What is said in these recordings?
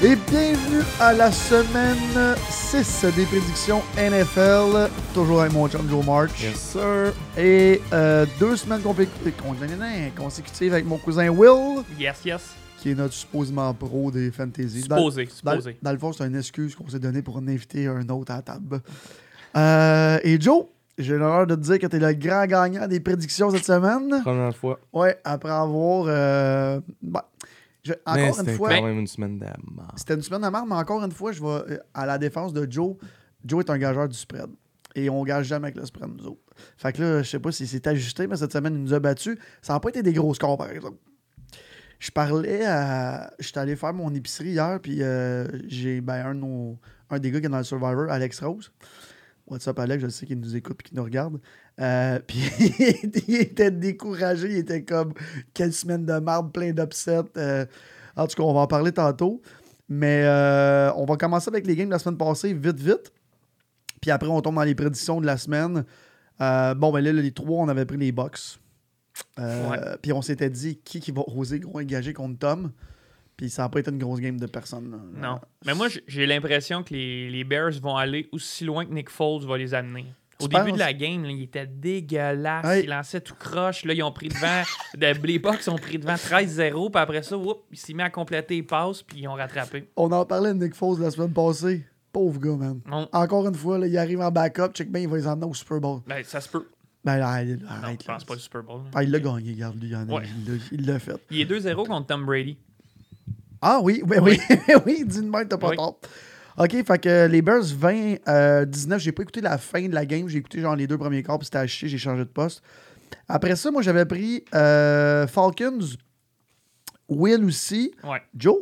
Et bienvenue à la semaine 6 des prédictions NFL. Toujours avec mon chum Joe March. Yes, sir. Et euh, deux semaines complé- con- hein, consécutives avec mon cousin Will, Yes, yes. qui est notre supposément pro des fantasy. Dans- Supposé, dans, supposé. dans le fond, c'est une excuse qu'on s'est donnée pour en inviter un autre à la table. Euh, et Joe, j'ai l'honneur de te dire que tu es le grand gagnant des prédictions cette semaine. Première fois. Ouais, après avoir. euh, ben, je- Mais encore une c'était fois. quand même une semaine d'âme. C'était une semaine de marre, mais encore une fois, je vais euh, à la défense de Joe. Joe est un gageur du spread. Et on gage jamais avec le spread, nous autres. Fait que là, je sais pas si c'est ajusté, mais cette semaine, il nous a battus. Ça n'a pas été des gros scores, par exemple. Je parlais à. J'étais allé faire mon épicerie hier, puis euh, j'ai ben, un, de nos- un des gars qui est dans le Survivor, Alex Rose. What's up, Alex? Je sais qu'il nous écoute et qu'il nous regarde. Euh, puis il était découragé. Il était comme, quelle semaine de marde, plein d'upsets. Euh, en tout cas, on va en parler tantôt. Mais euh, on va commencer avec les games de la semaine passée, vite, vite. Puis après, on tombe dans les prédictions de la semaine. Euh, bon, ben là, les trois, on avait pris les box. Euh, Puis on s'était dit qui, qui va oser gros engager contre Tom. Puis ça n'a pas été une grosse game de personne. là. Non. Mais moi, j- j'ai l'impression que les, les Bears vont aller aussi loin que Nick Foles va les amener. Au Tu début penses? de la game, là, il était dégueulasse. Hey. Il lançait tout croche. Là, ils ont pris devant. de- les Bucks ont pris devant 13-0. Puis après ça, whoop, il s'est mis à compléter les passes. Puis ils ont rattrapé. On en parlait de Nick Foles la semaine passée. Pauvre gars, man. Non. Encore une fois, là, il arrive en backup, check bien, il va les emmener au Super Bowl. Ben, ça se peut. Ben, là, arrête. Non, je là. pense pas le Super Bowl. là. Ah, il l'a gagné, regarde, lui, il en a- Ouais. il l'a- il l'a fait. Il est 2-0 contre Tom Brady. Ah oui, ben oui, oui, dis-le même, t'as pas Oui. tort. OK, fait que les Bears 20, euh, 19, j'ai pas écouté la fin de la game, j'ai écouté genre les deux premiers quarts, puis c'était à chier, j'ai changé de poste. Après ça, moi, j'avais pris euh, Falcons, Will aussi, Ouais. Joe,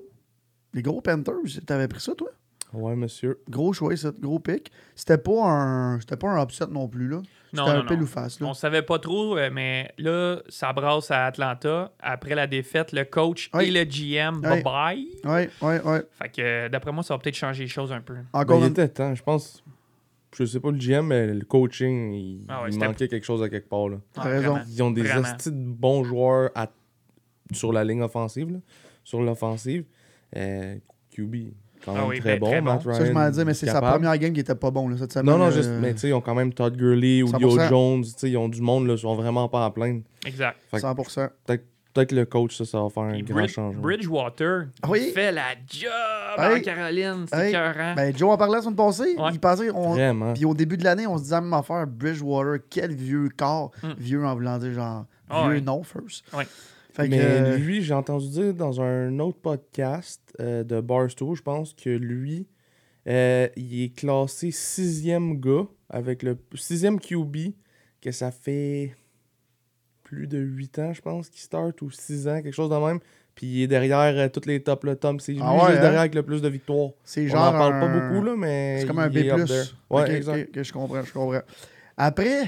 les gros Panthers, t'avais pris ça, toi? Ouais, monsieur. Gros choix, ça, gros pick. C'était pas un c'était pas un upset non plus, là. C'était Non, un non, pile non. ou face, là. On savait pas trop, euh, mais là, ça brasse à Atlanta. Après la défaite, le coach Oui. et le GM, Oui. bye-bye. Ouais, ouais, ouais. Fait que euh, d'après moi, ça va peut-être changer les choses un peu. Encore Ben, il une... était temps, je pense. Je sais pas le GM, mais le coaching, il, Ah ouais, il c'était- manquait quelque chose à quelque part. Là. T'as Ah, raison. vraiment. Ils ont des Vraiment. astis de bons joueurs à- sur la ligne offensive. là. Sur l'offensive, euh, QB, quand Ah même oui, très ben, bon. très bon. Matt Ça, je Ryan, m'en dis, mais c'est sa capable. première game qui était pas bon, là, cette semaine. Non, non, euh, juste, mais tu sais, ils ont quand même Todd Gurley, Julio 100%. Jones, tu sais, ils ont du monde, là, ils sont vraiment pas à plaindre. Exact. Fait que- 100%. Peut-être peut-être le coach, ça, ça va faire un Puis grand Brid- changement. Bridgewater il Oui. fait la job Hey. en Caroline. C'est Hey. écœurant. Ben, Joe en parlait la semaine passée. Ouais. Il pensait. On... Vraiment. Puis au début de l'année, on se disait la même affaire. Bridgewater, quel vieux corps. Vieux en voulant dire genre. Mm. Ah vieux ouais. non, first. Ouais. Fait que. Mais euh, lui, j'ai entendu dire dans un autre podcast euh, de Barstool, je pense que lui, euh, il est classé sixième gars avec le sixième QB, que ça fait plus de huit ans, je pense, qu'il start ou six ans, quelque chose de même. Puis il est derrière euh, tous les tops, le Tom. C'est lui Ah ouais, juste hein? derrière avec le plus de victoires. c'est On genre. en parle pas un- beaucoup, là, mais. C'est comme un il B. est up there. Ouais, Ok, exact. ok, ok, je comprends, je comprends. Après,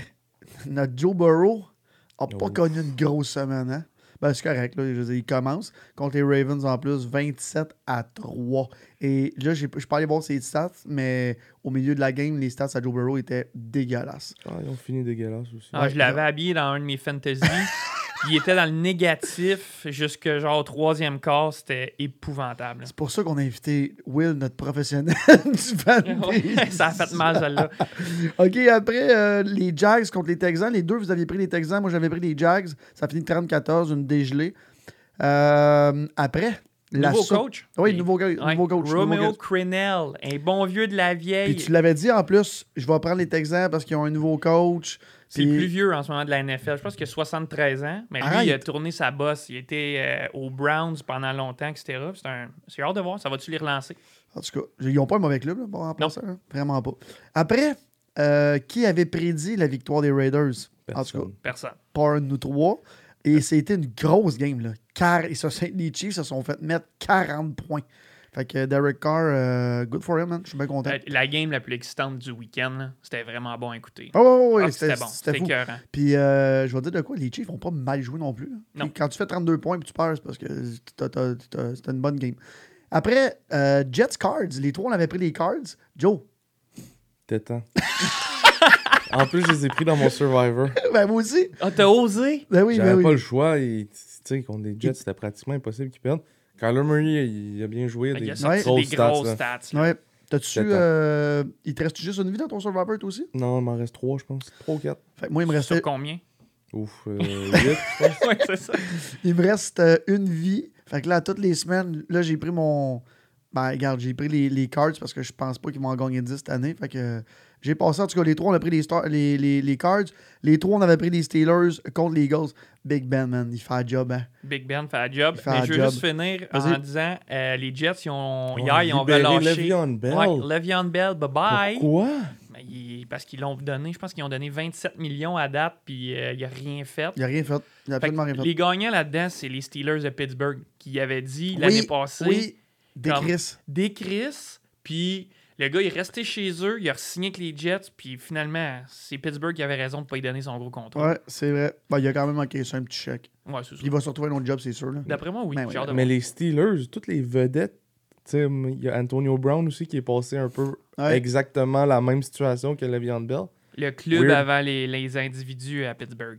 notre Joe Burrow a pas Oh. connu une grosse semaine, hein? Ben, c'est correct, là. Je veux dire, il commence contre les Ravens en plus, 27 à 3. Et là, j'ai- je suis pas allé voir ses stats, mais au milieu de la game, les stats à Joe Burrow étaient dégueulasses. Ah, ils ont fini dégueulasse aussi. Ah, ouais, je l'avais habillé dans un de mes fantasy. il était dans le négatif jusque genre au troisième quart. C'était épouvantable. C'est pour ça qu'on a invité Will, notre professionnel du Ouais, fantasy. ça a fait mal, celle-là. OK, après, euh, les Jags contre les Texans. Les deux, vous aviez pris les Texans. Moi, j'avais pris les Jags. Ça finit 34 une dégelée. Euh, après, la Nouveau sou- coach. Oui, Il- nouveau, go- Ouais. nouveau coach. nouveau Romeo coach. Crennel, un bon vieux de la vieille. Puis tu l'avais dit, en plus, je vais prendre les Texans parce qu'ils ont un nouveau coach. C'est Puis- le plus vieux en ce moment de la NFL. Je pense qu'il a 73 ans. Mais lui, il a Arrête. tourné sa bosse. Il était euh, aux Browns pendant longtemps, etc. C'est un... c'est hâte de voir. Ça va-tu les relancer? En tout cas, ils n'ont pas un mauvais club, là, bon, en passant, hein. Vraiment pas. Après, euh, qui avait prédit la victoire des Raiders? En tout cas, Personne. Personne. par un de nous trois. Et c'était une grosse game. Là. Car et ça, c'est- les Chiefs se sont fait mettre 40 points. Fait que Derek Carr, euh, good for him, man. Je suis bien content. Euh, La game la plus excitante du week-end, là, c'était vraiment bon à écouter. Oh, ouais, ouais, Ah, ouais, c'était c'était bon, c'était c'était fou. écœurant. Puis euh, je vais te dire de quoi, les Chiefs n'ont pas mal joué non plus. Non. Puis Quand tu fais 32 points et tu perds, c'est parce que t'as- t'as- t'as- c'était une bonne game. Après, euh, Jets Cards. Les trois, on avait pris les Cards. Joe, Tétan. en plus, je les ai pris dans mon Survivor. ben moi aussi. Ah, t'as osé? Ben oui, J'avais ben oui. pas le choix. Et, tu sais, contre les Jets, c'était pratiquement impossible qu'ils perdent. Kyler Murray, il a bien joué. Fait Des... qu'il Ben, a grosses sorti des stats, grosses là. stats. là. Ouais. T'as-tu. Sept ans. euh, il te reste juste une vie dans ton Survivor, toi aussi? Non, il m'en reste 3, je pense. 3 ou 4. Fait que moi, il me restait Sur combien? Ouf, euh, 8. ouais, c'est ça. Il me reste euh, une vie. Fait que là, toutes les semaines, là, j'ai pris mon. Ben, regarde, j'ai pris les, les cards parce que je pense pas qu'ils vont en gagner 10 cette année. Fait que euh, j'ai passé, en tout cas, les trois, on a pris les, star- les, les, les cards. Les trois, on avait pris les Steelers contre les Eagles. Big Ben, man, il fait un job, hein. Big Ben fait la job. Il fait Mais la je veux job. juste finir en Vas-y. disant euh, les Jets, ils ont, hier, ils ont relâché. Le'Veon Bell. Ouais, Le'Veon Bell, bye-bye. Pourquoi? Mais Ben, il- parce qu'ils l'ont donné, je pense qu'ils ont donné 27 millions à date, puis euh, il n'y a rien fait. Il a rien fait. Il a Fait que absolument rien fait. les gagnants là-dedans, c'est les Steelers de Pittsburgh qui avaient dit Oui, l'année passée Oui, des comme- Chris. des Chris, puis le gars il est resté chez eux, il a signé avec les Jets, puis finalement, c'est Pittsburgh qui avait raison de ne pas lui donner son gros contrat. Ouais, c'est vrai. Ben, il a quand même manqué ça, un petit chèque. Ouais, c'est ça. Il va se retrouver un autre job, c'est sûr. Là. D'après moi, oui. Ben oui. j'ai hâte de Mais voir. les Steelers, toutes les vedettes. tu sais, Il y a Antonio Brown aussi qui est passé un peu Ouais. exactement la même situation que Le'Veon Bell. Le club Weird. avant les, les individus à Pittsburgh.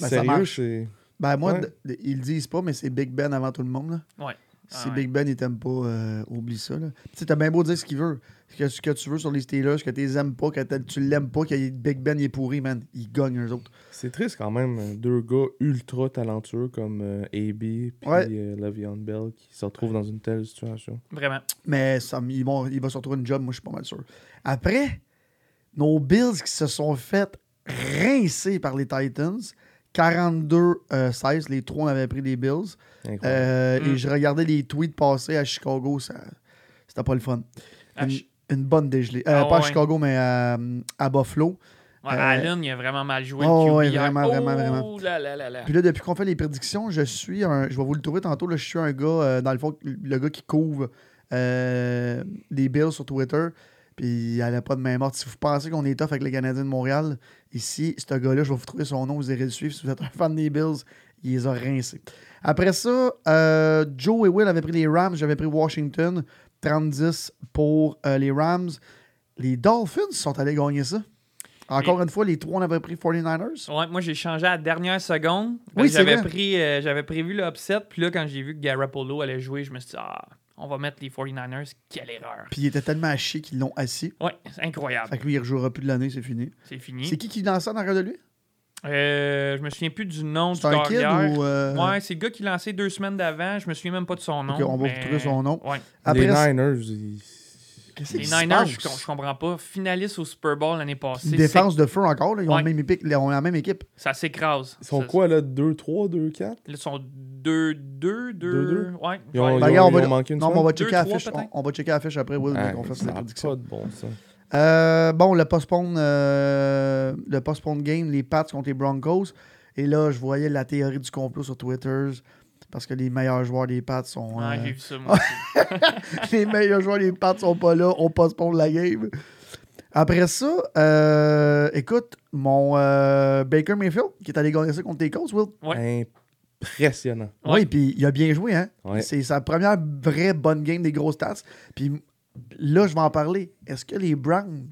Ben, ça Sérieux, marche. c'est... Ben, moi, Ouais. d- d- ils le disent pas, mais c'est Big Ben avant tout le monde. Là. Ouais. Si Ah ouais. Big Ben, il t'aime pas, euh, oublie ça. là. Tu sais, t'as bien beau dire ce qu'il veut. Que, ce que tu veux sur les Steelers, que tu les aimes pas, que t'as- tu l'aimes pas, que Big Ben il est pourri, man. Ils gagnent, eux autres. C'est triste quand même, euh, deux gars ultra talentueux comme euh, AB puis Ouais. euh, Le'Veon Bell qui se retrouvent dans une telle situation. Vraiment. Mais ça, ils vont- il va se retrouver une job, moi, je suis pas mal sûr. Après, nos Bills qui se sont fait rincer par les Titans, 42-16, les trois, on avait pris les Bills. Incroyable. Euh, Mm. Et je regardais les tweets passés à Chicago, ça, c'était pas le fun. Ah, Une, je- une bonne dégelée. Euh, Ah pas à ouais. Chicago, mais à, à Buffalo. euh, ouais, Allen, il a vraiment mal joué. oh, le QB ouais, hier. vraiment, vraiment, vraiment. Oh là là là là. Puis là, depuis qu'on fait les prédictions, je suis un. Je vais vous le trouver tantôt. Là, je suis un gars, euh, dans le fond, le gars qui couvre euh, les Bills sur Twitter. Puis il n'allait pas de main morte. Si vous pensez qu'on est tough avec les Canadiens de Montréal, ici, ce gars-là, je vais vous trouver son nom, vous irez le suivre. Si vous êtes un fan des Bills, il les a rincés. Après ça, euh, Joe et Will avaient pris les Rams, j'avais pris Washington. 30-10 pour euh, les Rams. Les Dolphins sont allés gagner ça. Encore une fois, les trois, on avait pris 49ers. Ouais, moi, j'ai changé à la dernière seconde. Oui, c'est J'avais vrai. pris, euh, j'avais prévu le upset. Puis là, quand j'ai vu que Garoppolo allait jouer, je me suis dit, ah, on va mettre les 49ers. Quelle erreur. Puis il était tellement à chier qu'ils l'ont assis. Ouais, c'est incroyable. Fait que lui, il rejouera plus de l'année, c'est fini. C'est fini. C'est qui qui lance ça en arrière de lui? Euh, je me souviens plus du nom du C'est un kid carrière. ou... euh, Ouais, c'est le gars qui lançait deux semaines d'avant. Je me souviens même pas de son nom. Ok, on va vous mais- trouver son nom. Ouais. Après, les Niners, ils- qu'est-ce Les qui se Niners, je, passe? je comprends pas. Finaliste au Super Bowl l'année passée. Une défense de feu encore, là. Ils ont, Ouais. le même épi- ils ont la même équipe. c'est- Ça s'écrase. ils sont Ça- quoi là, 2-3, 2-4? Ils sont 2 Deux, 2 deux? 2 Ouais. Ils ont- ouais. Ben, regarde, on ils va- ont manqué une Non, mais on va semaine? checker Deux, la trois, fiche. On, peut-être? on va checker la fiche après, Will, mais qu'on fasse ça les a prédictions. pas de bon ça. Euh, bon, le postpone, euh, le postpone game, les Pats contre les Broncos. Et là, je voyais la théorie du complot sur Twitter. Parce que les meilleurs joueurs des Pats sont... Ouais, euh, Ah, j'ai vu ça moi aussi. les meilleurs joueurs des Pats sont pas là, on postpone la game. Après ça, euh, écoute, mon euh, Baker Mayfield, qui est allé gagner ça contre les Colts, Will. Ouais. Impressionnant. Ouais. Oui, puis il a bien joué, hein? Ouais. C'est sa première vraie bonne game des grosses stats. Puis là, je vais en parler. Est-ce que les Browns,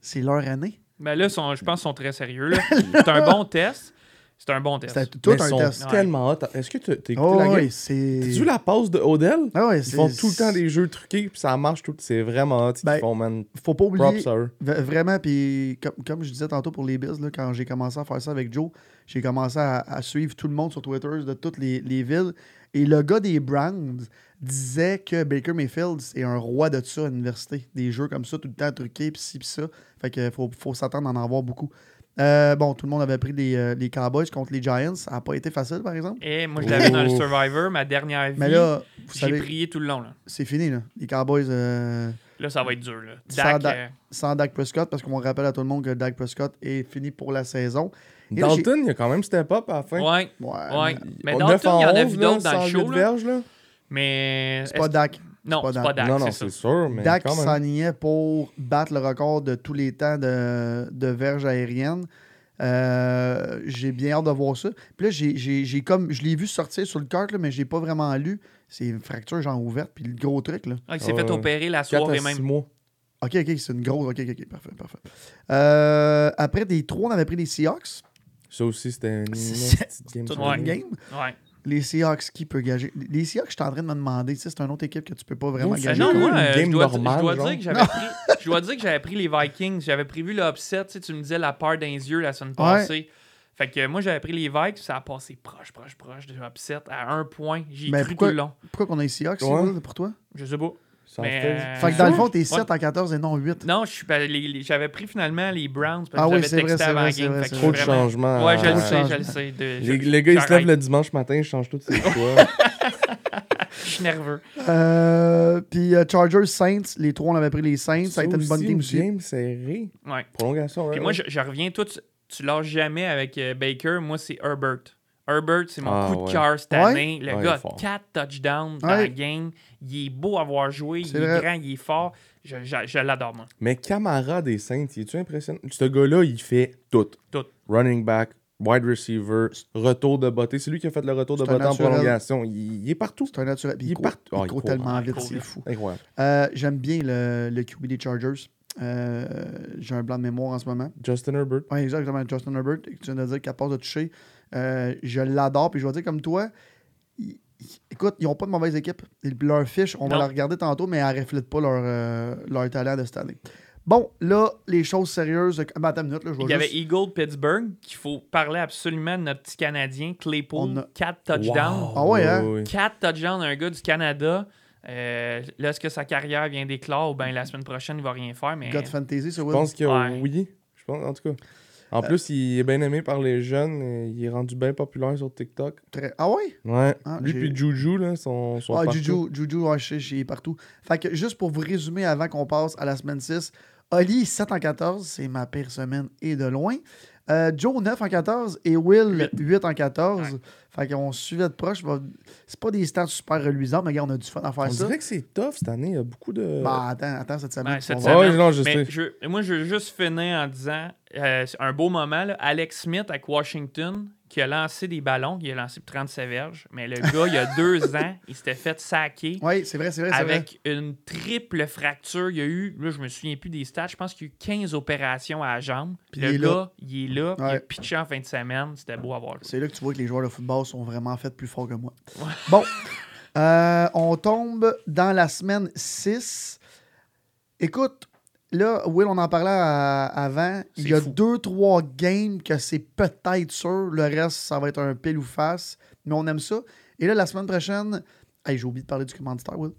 c'est leur année? Ben là, sont- je pense qu'ils sont très sérieux. là. C'est un bon test. C'est un bon test. C'était tout Mais un ils sont test. tellement hot. Est-ce que t'as t'as écouté Oh, la game? oui, c'est. T'as vu la passe de Odell? Ah ouais, Ils c'est- font tout le temps des jeux truqués puis ça marche tout. C'est vraiment hot. ce qu'ils Ben, font, man. Faut pas oublier. Props à eux. V- Vraiment, puis comme, comme je disais tantôt pour les Bills, là, quand j'ai commencé à faire ça avec Joe, j'ai commencé à, à suivre tout le monde sur Twitter de toutes les, les villes. Et le gars des Browns disait que Baker Mayfield, c'est un roi de ça à l'université. Des jeux comme ça, tout le temps truqués, pis ci, pis ça. Fait que faut, faut s'attendre à en avoir beaucoup. Euh, bon, tout le monde avait pris les, euh, les Cowboys contre les Giants. Ça n'a pas été facile, par exemple. Et moi, je l'avais dans le Ouf. Survivor, ma dernière vie. Mais là, vous j'ai savez, prié tout le long. Là. c'est fini, là. Les Cowboys. euh, là, ça va être dur. Là. Ça Dak, a- euh, sans Dak Prescott, parce qu'on rappelle à tout le monde que Dak Prescott est fini pour la saison. Et là, j'ai- Dalton, il a quand même step up à la fin. ouais. Ouais. Ouais. Mais On- Dalton, neuf en il y en a onze, vu là, d'autres dans 108 le show. Là. verges, là. Mais. C'est pas est-ce- Dak. Non, c'est pas c'est pas Dak. Non, non, c'est ça. c'est sûr, mais Dak quand même. s'enlignait pour battre le record de tous les temps de, de verges aériennes. Euh, j'ai bien hâte de voir ça. Puis là, j'ai, j'ai- j'ai comme, je l'ai vu sortir sur le cart, là, mais j'ai pas vraiment lu. C'est une fracture genre ouverte, puis le gros truc. Là. Ah, il s'est Ouais, fait ouais. opérer la 4 soirée à 6 même. mois. OK, OK, c'est une grosse. OK, OK, ok, parfait, parfait. Euh, après, des trois, on avait pris les Seahawks. Ça aussi, c'était une C'est- petite game. Toute ça. Ouais. une game. Ouais. les Seahawks, qui peut gager Les Seahawks, je suis en train de me demander, tu sais, c'est une autre équipe que tu peux pas vraiment Non, c'est- Euh, gager. non, quand moi, même une euh, je game dois, normale, je dois genre. dire que j'avais pris, je dois dire que j'avais pris les Vikings. J'avais prévu le upset. Tu, sais, tu me disais la part d'un yeux la semaine passée. Fait que euh, moi, j'avais pris les Vikings. Ça a passé proche, proche, proche de l'upset à un point. J'y ai Mais cru pourquoi- tout le long. Pourquoi qu'on a les Seahawks, Ouais. Euh, Will, pour toi? Je sais pas. Ça Mais, euh, fait- Fait que dans le fond, t'es Ouais. 7 en 14 et non 8. Non, je suis pas- les- les- j'avais pris finalement les Browns. Parce Ah que oui, j'avais c'est vrai, texté c'est avant vrai, la c'est game. vrai, Fait c'est que Trop de je suis vraiment- changements. Ouais, je le Trop de sais, je le changements. sais. de- Les, je- les gars, ils se j'arrête. lèvent le dimanche matin, ils changent tout ses choix. Je suis nerveux. Euh, Puis euh, Chargers, Saints, les trois, on avait pris les Saints. Ça a été une bonne game aussi. game serrée. Ouais. Prolongation, Puis ouais, moi, ouais. je, je reviens tout. Tu, tu lâches jamais avec euh, Baker. Moi, c'est Herbert. Herbert, c'est mon Ah, coup de ouais. cœur cette Ouais? année. Ouais, Le il est gars, fort. 4 touchdowns dans Ouais. la game. Il est beau à voir jouer. Il C'est est vrai. grand, il est fort. Je, je- je l'adore, moi. Mais Camara des Saints, il est-tu impressionnant? Ce gars-là, il fait tout. Tout. Running back, wide receiver, retour de beauté. C'est lui qui a fait le retour de C'est un beauté en naturel. prolongation. Il, il est partout. C'est un naturel. Puis Il il est court, partout. Ah, il il court court. tellement Ah, il vite, court c'est vite. fou. Incroyable. Euh, J'aime bien le, le QB des Chargers. Euh, J'ai un blanc de mémoire en ce moment. Justin Herbert. Oui, exactement. Justin Herbert, que tu viens de dire qu'à part de toucher, euh, je l'adore. Puis je vais dire comme toi, il- il- écoute, ils n'ont pas de mauvaise équipe. Ils- Leur fiche, on va Non. la regarder tantôt, mais elle ne reflète pas leur, euh, leur talent de cette année. Bon, là, les choses sérieuses. Ben, attends une minute, là, je Il vois y avait juste. Eagle Pittsburgh, qu'il faut parler absolument de notre petit Canadien, On Claypool, a- 4 touchdowns. Ah ouais, hein? 4 touchdowns d'un gars du Canada. Euh, là, est-ce que sa carrière vient d'éclore ou bien la semaine prochaine, il va rien faire? Mais... God Fantasy, ça, Je Will. pense que Ouais. oui. Je pense, en tout cas. En Euh. plus, il est bien aimé par les jeunes. et Il est rendu bien populaire sur TikTok. Très- Ah ouais? Ouais. Ah, Lui j'ai- puis Juju, là, sont, sont Ah, partout. Juju, Juju, ouais, je sais, j'y ai partout. Fait que juste pour vous résumer avant qu'on passe à la semaine 6, Oli, 7 en 14, c'est ma pire semaine et de loin. Euh, Joe, 9 en 14 et Will, 8 en 14. Fait qu'on se suivait de proche. Bah, C'est pas des stats super reluisants, mais regarde, on a du fun à faire On ça. dirait que c'est tough cette année. Il y a beaucoup de... Bah, attends, attends, cette semaine. euh, Ouais, tu cette vas Ouais, voir. semaine. non, je Mais sais. je- moi, je veux juste finir en disant euh, c'est un beau moment. là. Alex Smith avec Washington, qui a lancé des ballons, il a lancé pour 37 verges, mais le gars, il y a deux ans, il s'était fait saquer Ouais, c'est vrai, c'est vrai, c'est vrai. avec une triple fracture. Il y a eu, là, je me souviens plus des stats, je pense qu'il y a eu 15 opérations à la jambe. Puis le il est gars, là. il est là, puis il Ouais. a pitché en fin de semaine. C'était beau à voir. C'est là que tu vois que les joueurs de football sont vraiment faits plus forts que moi. Bon, Euh, on tombe dans la semaine 6. Écoute, là, Will, on en parlait à- avant. Il y a C'est fou. deux, trois games que c'est peut-être sûr. Le reste, ça va être un pile ou face. Mais on aime ça. Et là, la semaine prochaine, hey, j'ai oublié de parler du commanditaire, Will.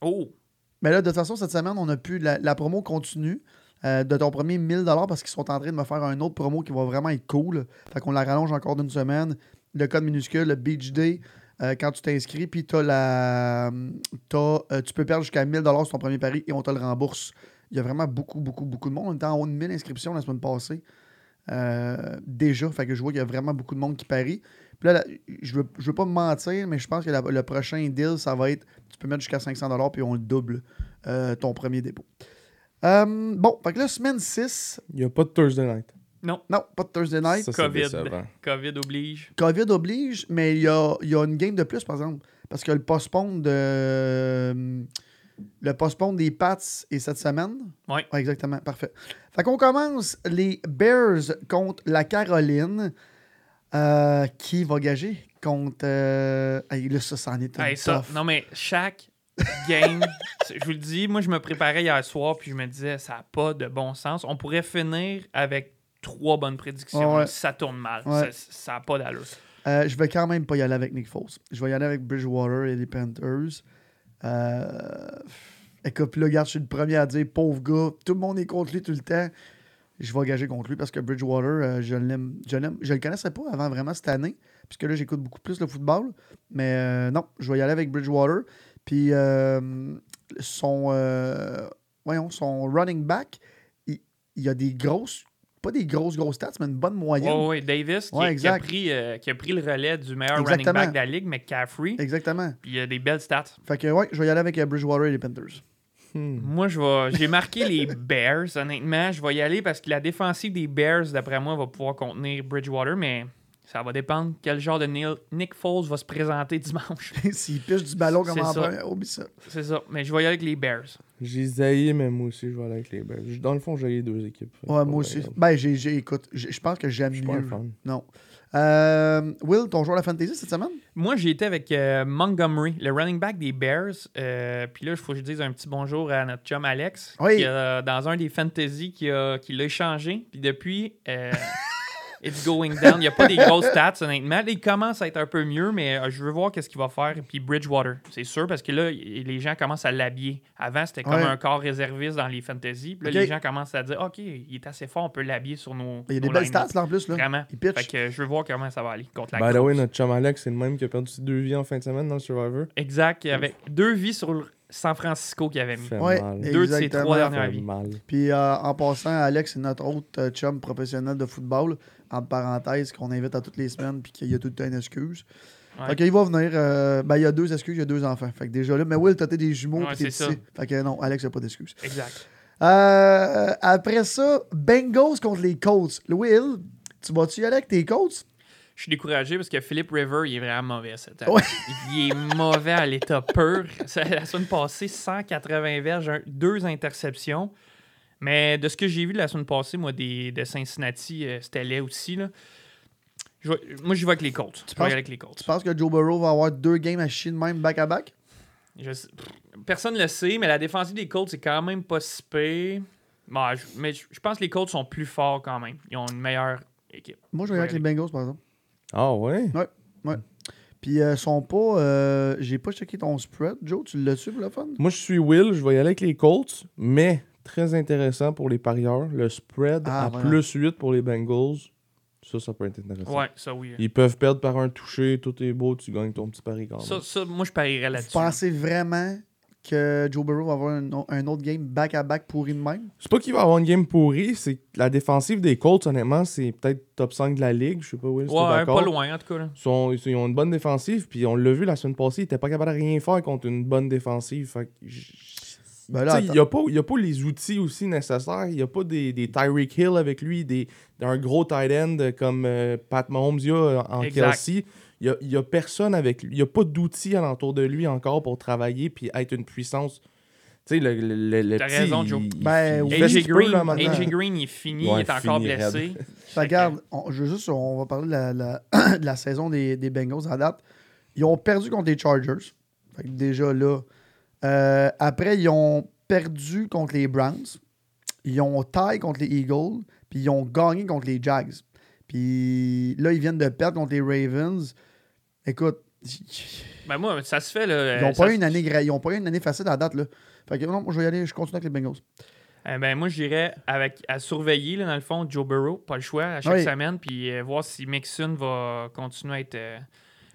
Oh! Mais là, de toute façon, cette semaine, on a pu. La, la promo continue euh, de ton premier 1000 parce qu'ils sont en train de me faire un autre promo qui va vraiment être cool. Fait qu'on la rallonge encore d'une semaine. Le code minuscule, le Beach Day, euh, quand tu t'inscris, puis t'as la, t'as, euh, tu peux perdre jusqu'à 1000 sur ton premier pari et on te le rembourse. Il y a vraiment beaucoup, beaucoup, beaucoup de monde. On était en haut de 1000 inscriptions la semaine passée. Euh, déjà, fait que je vois qu'il y a vraiment beaucoup de monde qui parie. Puis là, la- je veux, je veux pas me mentir, mais je pense que la- le prochain deal, ça va être tu peux mettre jusqu'à 500 puis on le double euh, ton premier dépôt. Euh, bon, fait que là, semaine 6, Il n'y a pas de Thursday night. Non, non, pas de Thursday night. Ça, c'est COVID. décevant. COVID oblige. COVID oblige, mais il y a, il y a une game de plus, par exemple. Parce que le postpone de. Le postpone des Pats est cette semaine. Ouais. exactement. Parfait. Fait qu'on commence les Bears contre la Caroline. Euh, qui va gager contre. euh, hey, là, ça, ça en est un Hey, ça, tough. non, mais chaque game, c'est- je vous le dis, moi, je me préparais hier soir, puis je me disais, ça n'a pas de bon sens. On pourrait finir avec trois bonnes prédictions. Ouais, ouais. Ça tourne mal. Ouais. Ça n'a pas d'allure. Euh, je vais quand même pas y aller avec Nick Foles. Je vais y aller avec Bridgewater et les Panthers. Euh... Écoute, puis là, regarde, je suis le premier à dire pauvre gars, tout le monde est contre lui tout le temps. Je vais gager contre lui parce que Bridgewater, euh, je l'aime. Je l'aime. Je le connaissais pas avant vraiment cette année, puisque là, j'écoute beaucoup plus le football. Mais euh, non, je vais y aller avec Bridgewater. Puis euh, son. euh, voyons, son running back, il, il a des grosses. Pas des grosses, grosses stats, mais une bonne Oui, moyenne. oui, Davis, qui, Ouais, qui a exact. pris, euh, qui a pris le relais du meilleur running Exactement. back de la ligue, McCaffrey, puis Exactement. il a des belles stats. Fait que ouais, je vais y aller avec euh, Bridgewater et les Panthers. Hmm. Moi, je vais, j'ai marqué les Bears, honnêtement. Je vais y aller parce que la défensive des Bears, d'après moi, va pouvoir contenir Bridgewater, mais ça va dépendre quel genre de Neil- Nick Foles va se présenter dimanche. S'ils pichent du ballon comme C'est en ça. première, oublie ça. C'est ça, mais je vais y aller avec les Bears. J'ai zaillé, mais moi aussi, je vais aller avec les Bears. Dans le fond, j'ai les deux équipes. Ouais, moi aussi. Ben, j'ai, j'ai- écoute, j'ai- je pense que j'aime Je suis pas un mieux. fan. Non. Euh, Will, ton joueur de fantasy cette semaine? Moi, j'ai été avec euh, Montgomery, le running back des Bears. Euh, Puis là, il faut que je dise un petit bonjour à notre chum Alex, Oui. qui, euh, dans un des fantasy qui, a- qui l'a échangé. Puis depuis, euh, it's going down. Il n'y a pas des grosses stats, honnêtement. Là, il commence à être un peu mieux, mais euh, je veux voir qu'est-ce qu'il va faire. Puis Bridgewater, c'est sûr, parce que là, y- les gens commencent à l'habiller. Avant, c'était comme Ouais. un corps réserviste dans les fantasy. Puis là, Ok. les gens commencent à dire, OK, il est assez fort, on peut l'habiller sur nos. Il y a des nos belles line-up. stats là en plus. Là. Vraiment. Il pitch. Fait que euh, je veux voir comment ça va aller contre la By the way, grosse. notre chum Alex, c'est le même qui a perdu ses deux vies en fin de semaine dans le Survivor. Exact, avec deux vies sur le- San Francisco qu'il avait mis. Fait Ouais, mal. et- euh, Deux de ses exactement. trois Ça fait dernières vies. mal. Puis euh, en passant, Alex est notre autre euh, chum professionnel de football, en parenthèse, qu'on invite à toutes les semaines, puis qu'il y a tout le temps une excuse. Ouais. Fait qu'il va venir. euh, ben, il y a deux excuses, il y a deux enfants. Fait que déjà là, mais Will, t'as t'es des jumeaux, Ouais, puis t'es c'est ici. ça. Fait que non, Alex n'a pas d'excuses. Exact. Euh, après ça, Bengals contre les Colts. Will, tu vas-tu y aller avec tes Colts? Je suis découragé parce que Philippe River, il est vraiment mauvais cette année. Ouais. Il est mauvais à l'état pur. Ça- La semaine passée, 180 verges, un- deux interceptions. Mais de ce que j'ai vu la semaine passée, moi, des, de Cincinnati, euh, c'était laid aussi. Là. Je vois- moi, j'y vais avec les Colts. Tu penses- avec les Colts. Tu penses que Joe Burrow va avoir deux games à chier de même back-à-back? Je sais- pff, personne ne le sait, mais la défensive des Colts, c'est quand même pas si pire. Bon, je- mais je je pense que les Colts sont plus forts quand même. Ils ont une meilleure équipe. Moi, je vais y aller avec les Bengals, par exemple. Ah ouais? Puis euh, sont pas. euh, J'ai pas checké ton spread, Joe. Tu l'as su pour le fun? Moi, je suis Will, je vais y aller avec les Colts, mais très intéressant pour les parieurs. Le spread Ah, à voilà. plus 8 pour les Bengals, ça, ça peut être intéressant. Ouais, ça oui. Ils peuvent perdre par un toucher, tout est beau, tu gagnes ton petit pari quand même. Ça, ça, moi, je parierais Vous là-dessus. pensez vraiment que Joe Burrow va avoir un, o- un autre game back-à-back pourri de même? C'est pas qu'il va avoir une game pourrie, c'est que la défensive des Colts, honnêtement, c'est peut-être top 5 de la ligue. Je sais pas, Will, si Ouais, t'es hein, d'accord. pas loin, en tout cas. là. Ils, sont- ils ont une bonne défensive, puis on l'a vu la semaine passée, ils étaient pas capables de rien faire contre une bonne défensive. Fait que j- Ben là, Tu sais, il n'y a, pas- il y a pas les outils aussi nécessaires. Il n'y a pas des, des Tyreek Hill avec lui, des, un gros tight end comme euh, Pat Mahomes il y a en Exact. Kelsey. Il n'y a, il y a personne avec lui. Il n'y a pas d'outils alentour de lui encore pour travailler puis être une puissance. Tu sais, le, le, le- le T'as petit, raison, Joe. il- il- Ben, il oui. fait ce AJ qu'il peut, Green, là, maintenant. AJ Green, il est fini, Ouais, il est encore fini, blessé. Fait que, regarde, on, je veux juste, on va parler de la, la- de la saison des, des Bengals à date. Ils ont perdu contre les Chargers. Fait que déjà là. Euh, après, ils ont perdu contre les Browns. Ils ont taille contre les Eagles. Puis ils ont gagné contre les Jags. Puis là, ils viennent de perdre contre les Ravens. Écoute, Ben moi, ça se fait. Là, ils euh, n'ont ça pas, eu se- une année gra- ils ont pas eu une année facile à date. Là. Fait que non, moi, je vais y aller, je continue avec les Bengals. Euh, ben moi, j'irais avec, à surveiller, là, dans le fond, Joe Burrow, pas le choix, à chaque Oui. semaine, puis euh, voir si Mixon va continuer à être. euh,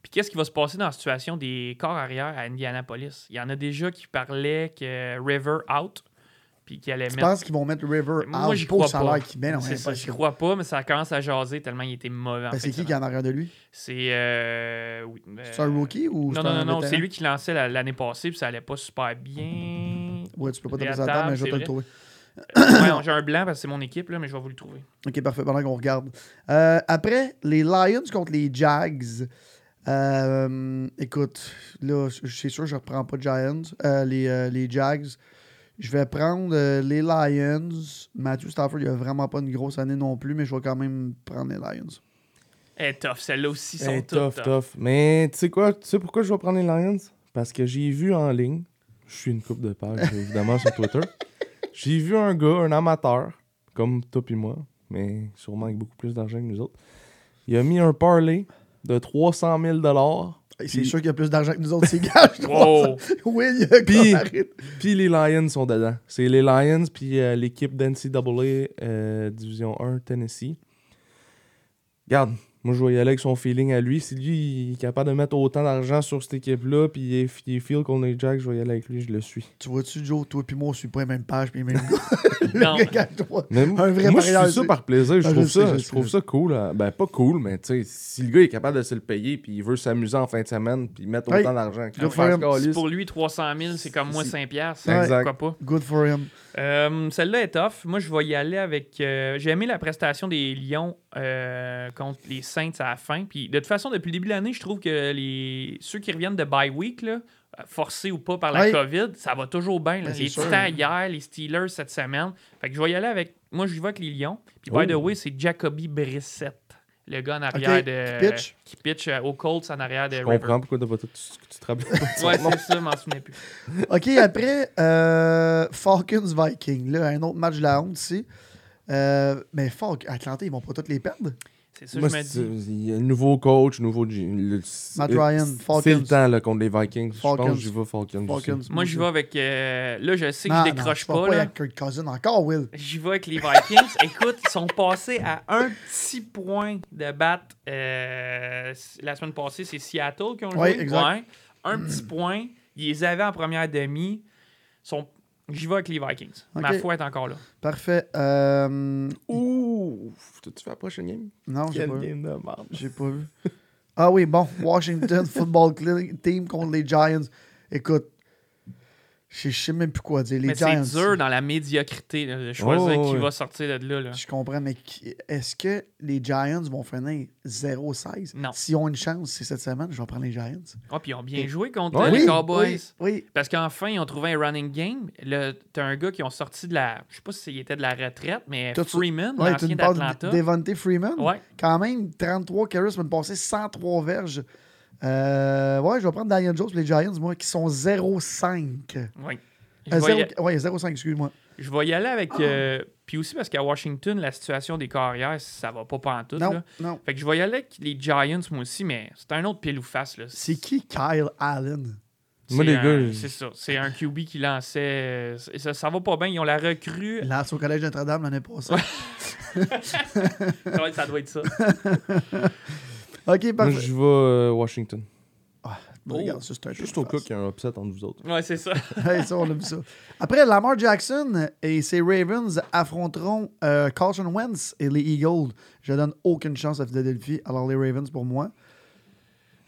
Puis qu'est-ce qui va se passer dans la situation des corps arrière à Indianapolis? Il y en a déjà qui parlaient que River out, puis qu'il allait Tu mettre. penses qu'ils vont mettre River Moi, out j'y pour crois le pas. salaire qu'ils mettent? Non, C'est ça, impossible. je crois pas, mais ça commence à jaser tellement il était mauvais. Ben, en fin c'est de qui qui est semaine. en arrière de lui? C'est. euh, oui, C'est un euh, rookie ou Non, c'est non, non, un non, c'est vétéran? lui qui lançait la- l'année passée, puis ça allait pas super bien. Ouais, tu peux pas te Les présenter, attaques, mais je vais te c'est le trouver. Ouais, J'ai un blanc parce que c'est mon équipe, là, mais je vais vous le trouver. Ok, parfait, pendant qu'on regarde. Euh, après, les Lions contre les Jags. Euh, écoute, là, je je suis sûr que je reprends pas Giants, euh, les, euh, les Jags. Je vais prendre euh, les Lions. Matthew Stafford, il a vraiment pas une grosse année non plus, mais je vais quand même prendre les Lions. Elle est tough, celle-là aussi, ils sont Eh, toutes tough, tough. tough. Mais tu sais quoi? Tu sais pourquoi je vais prendre les Lions? Parce que j'ai vu en ligne, je suis une coupe de page évidemment sur Twitter, j'ai vu un gars, un amateur, comme toi et moi, mais sûrement avec beaucoup plus d'argent que nous autres, il a mis un parlay de 300 000 C'est Puis- sûr qu'il y a plus d'argent que nous autres, c'est gage. Wow! Oui, il y a Puis- comparé- puis les Lions sont dedans. C'est les Lions, puis euh, l'équipe d'NCAA euh, Division 1 Tennessee. Regarde, moi je vais y aller avec son feeling à lui. Si lui il est capable de mettre autant d'argent sur cette équipe-là, puis il, est- il feel qu'on est Jack, je vais y aller avec lui, je le suis. Tu vois-tu, Joe, toi puis moi, on suit pas les mêmes pages puis les mêmes gars. Non. Regarde-toi. Mais Un vrai moi, je parieur, suis ça c'est- par plaisir. Je Ah, je trouve, sais, ça, je je sais. trouve ça cool. hein. Ben, pas cool, mais tu sais, si le gars est capable de se le payer, puis il veut s'amuser en fin de semaine, puis mettre Hey, autant d'argent. dois que faire un Pascal Si Lys- pour lui, 300 000, c'est comme moi Si- 5 piastres. Ouais. Exact. Exact. Pourquoi Good for him. pas? Euh, Celle-là est tough. Moi, je vais y aller avec. euh, J'ai aimé la prestation des Lions euh, contre les Saints à la fin. Puis, de toute façon, depuis le début de l'année, je trouve que les ceux qui reviennent de bye week, là, euh, forcés ou pas par la Ouais. COVID, ça va toujours bien. là. Ben, c'est les sûr. Titans hier, les Steelers cette semaine. Fait que je vais y aller avec. Moi, je vais avec les Lions. Puis, by the Oh. way, c'est Jacoby Brissett, le gars en arrière Ok, de. qui pitch. Qui pitch euh, au Colts en arrière de Je River. comprends pourquoi t'as pas tout ce que tu te rappelles. pas de son Ouais, nom. c'est ça, je m'en souvenais plus. OK, après, euh, Falcons-Viking. Là, un autre match de la honte ici. Euh, mais Falcons, Atlanta, ils vont pas toutes les perdre. C'est ça, Moi, je me c'est- dis. il y a un nouveau coach, nouveau. G- le- Matt c'est- Ryan, C'est Falcons. le temps là, contre les Vikings. Falcons. Je pense que j'y vais Falcons. aussi. Falcons. Moi, je vais avec. euh, là, je sais que Non, je décroche non, tu vas pas, là. avec Kirk Cousin encore, Will. J'y vais avec les Vikings. Écoute, ils sont passés à un petit point de battre. euh, la semaine passée, c'est Seattle qui ont Ouais, joué. exact. Ouais. Un petit point. Ils les avaient en première demi. Sont... J'y vais avec les Vikings. Ma Ok. foi est encore là. Parfait. Euh, Ouh! T'as-tu fait la prochaine game? non, j'ai pas vu. de merde. J'ai pas vu. Ah oui, bon, Washington Football Cl- Team contre les Giants. Écoute, je je sais même plus quoi dire. Les Mais c'est Giants. dur dans la médiocrité là, de choisir Oh, qui ouais. va sortir de là. là. Je comprends, mais qui- est-ce que les Giants vont finir 0-16? Non. S'ils ont une chance, c'est cette semaine, je vais prendre les Giants. Ah, puis ils ont bien joué contre Ouais. euh, les Cowboys. Oui, Parce qu'enfin, ils ont trouvé un running game. Là, T'as un gars qui ont sorti de la. Je sais pas s'il était de la retraite, mais Tout ça- Freeman, oui. Ouais, tu l'ancien me parles d'Atlanta. de Devante Freeman. Ouais. Quand même, 33 carries, me passer 103 verges. Euh, ouais, je vais prendre Daniel Jones et les Giants, moi, qui sont 0-5. Oui. Je, Euh, vais zéro- Ah. y, ouais, 0-5, excuse-moi. je vais y aller avec. euh, puis aussi parce qu'à Washington, la situation des carrières, ça va pas pantoute. Non, là. non. Fait que je vais y aller avec les Giants, moi aussi, mais c'est un autre pile ou face. Là. C'est qui Kyle Allen? C'est Moi, les un- gars, je- C'est ça. C'est un QB qui lançait. euh, Ça, ça va pas bien. Ils ont la recrue. Lance au Collège Notre-Dame l'année passée. ça, doit être- ça doit être ça. Ok, Moi, parfait. je vais euh, Washington. Bon, Regarde, ça, c'est un Juste peu au de cas face. qu'il y a un upset entre vous autres. Ouais, c'est ça. Ouais, ça, on a vu ça. Après, Lamar Jackson et ses Ravens affronteront euh, Carson Wentz et les Eagles. Je donne aucune chance à Philadelphie, alors les Ravens pour moi.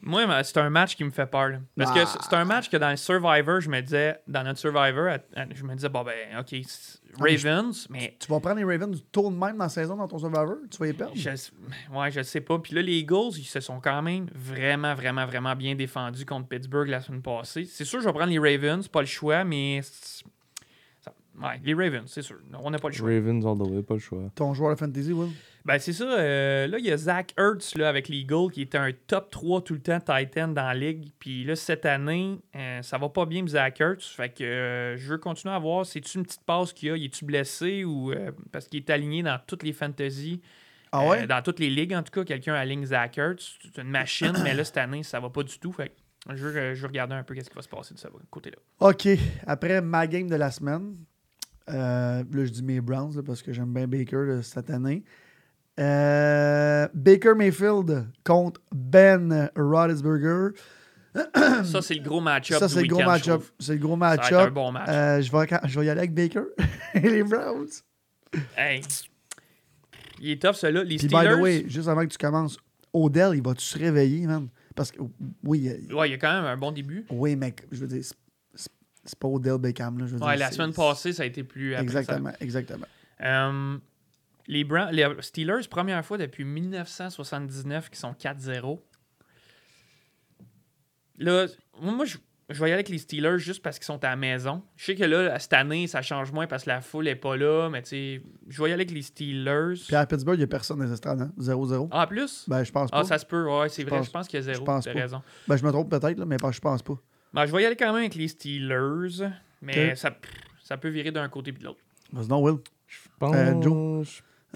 Moi, ma- c'est un match qui me fait peur. là. Parce Ah. que c'est- c'est un match que dans le Survivor, je me disais, dans notre Survivor, à- à- je me disais, bon, ben, OK, c'est- Ah, mais je- Ravens, mais Tu vas prendre les Ravens du tour de même dans la saison dans ton Survivor, tu vas y perdre. Je, ouais, je sais pas. Puis là, les Eagles, ils se sont quand même vraiment, vraiment, vraiment bien défendus contre Pittsburgh la semaine passée. C'est sûr, je vais prendre les Ravens, pas le choix, mais. c'est- ça- ouais, les Ravens, c'est sûr. Non, On n'a pas le choix. Ravens all the way, pas le choix. Ton joueur de fantasy, Will. Ben, c'est ça. euh, là, il y a Zach Ertz là, avec les Eagles qui était un top 3 tout le temps Titan dans la ligue. Puis là, cette année, euh, ça va pas bien, Zach Ertz. Fait que euh, je veux continuer à voir. C'est-tu une petite passe qu'il y a Il est-tu blessé ou. euh, parce qu'il est aligné dans toutes les fantasy Ah ouais? euh, dans toutes les ligues, en tout cas, quelqu'un aligne Zach Ertz. C'est une machine, mais là, cette année, ça va pas du tout. Fait que je veux, euh, je veux regarder un peu qu'est-ce qui va se passer de ce côté-là. Ok, après ma game de la semaine, euh, là je dis mes Browns là, parce que j'aime bien Baker là, cette année. Euh, Baker Mayfield contre Ben Roethlisberger. Ça, c'est le gros match-up. Euh, Ça, du c'est le gros week-end, je match-up. trouve. C'est le gros Ça va être un match-up. bon match. Euh, je, vais, je vais y aller avec Baker et les Browns. Hey. Il est tough, celui-là. Les Puis, by Steelers. the way, juste avant que tu commences, Odell, il va-tu se réveiller, man? Parce que, oui, euh, Ouais, il y a quand même un bon début. oui, mec, je veux dire, c'est- c'est c'est pas Odell Beckham, là. Je veux Ouais, dire, la c'est- semaine passée, ça a été plus. après ça. Exactement, exactement. Euh, les, Bran- les Steelers, première fois depuis 1979 qu'ils sont 4-0. Là, moi, je, je vais y aller avec les Steelers juste parce qu'ils sont à la maison. Je sais que là, cette année, ça change moins parce que la foule n'est pas là, mais tu sais, je vais y aller avec les Steelers. Puis à Pittsburgh, il n'y a personne dans les estrades, hein? 0-0. Ah, plus? Ben, je pense pas. Ah, ça se peut, ouais, c'est vrai, pense- je pense qu'il y a zéro. je pense T'as pas. raison. Ben, je me trompe peut-être, là, mais pas- je pense pas. Ben, je vais y aller quand même avec les Steelers, mais Ok. ça, ça peut virer d'un côté puis de l'autre. Vas-y, non, Will. Je pense. Euh, je-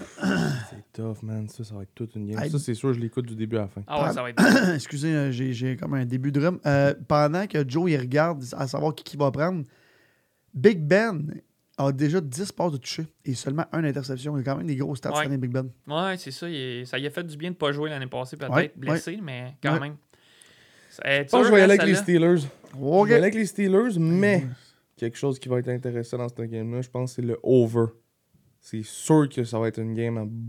C'est tough, man. Ça, ça va être toute une game. Hey. Ça, c'est sûr, je l'écoute du début à la fin. Ah ouais, Ah. ça va être. Excusez, euh, j'ai- j'ai comme un début de rhum. Euh, pendant que Joe il regarde à savoir qui, qui va prendre, Big Ben a déjà 10 passes de toucher et seulement une interception. Il y a quand même des grosses stats Ouais. cette année, Big Ben. Ouais, c'est ça. il est- ça y a fait du bien de pas jouer l'année passée, peut-être Ouais, blessé, mais quand Ouais. même. Ça- euh, Je pense que je vais y aller avec les celle-là. Steelers. Je OK. vais aller avec les Steelers, mais quelque chose qui va être intéressant dans cette game-là, je pense, c'est le over. C'est sûr que ça va être une game à b-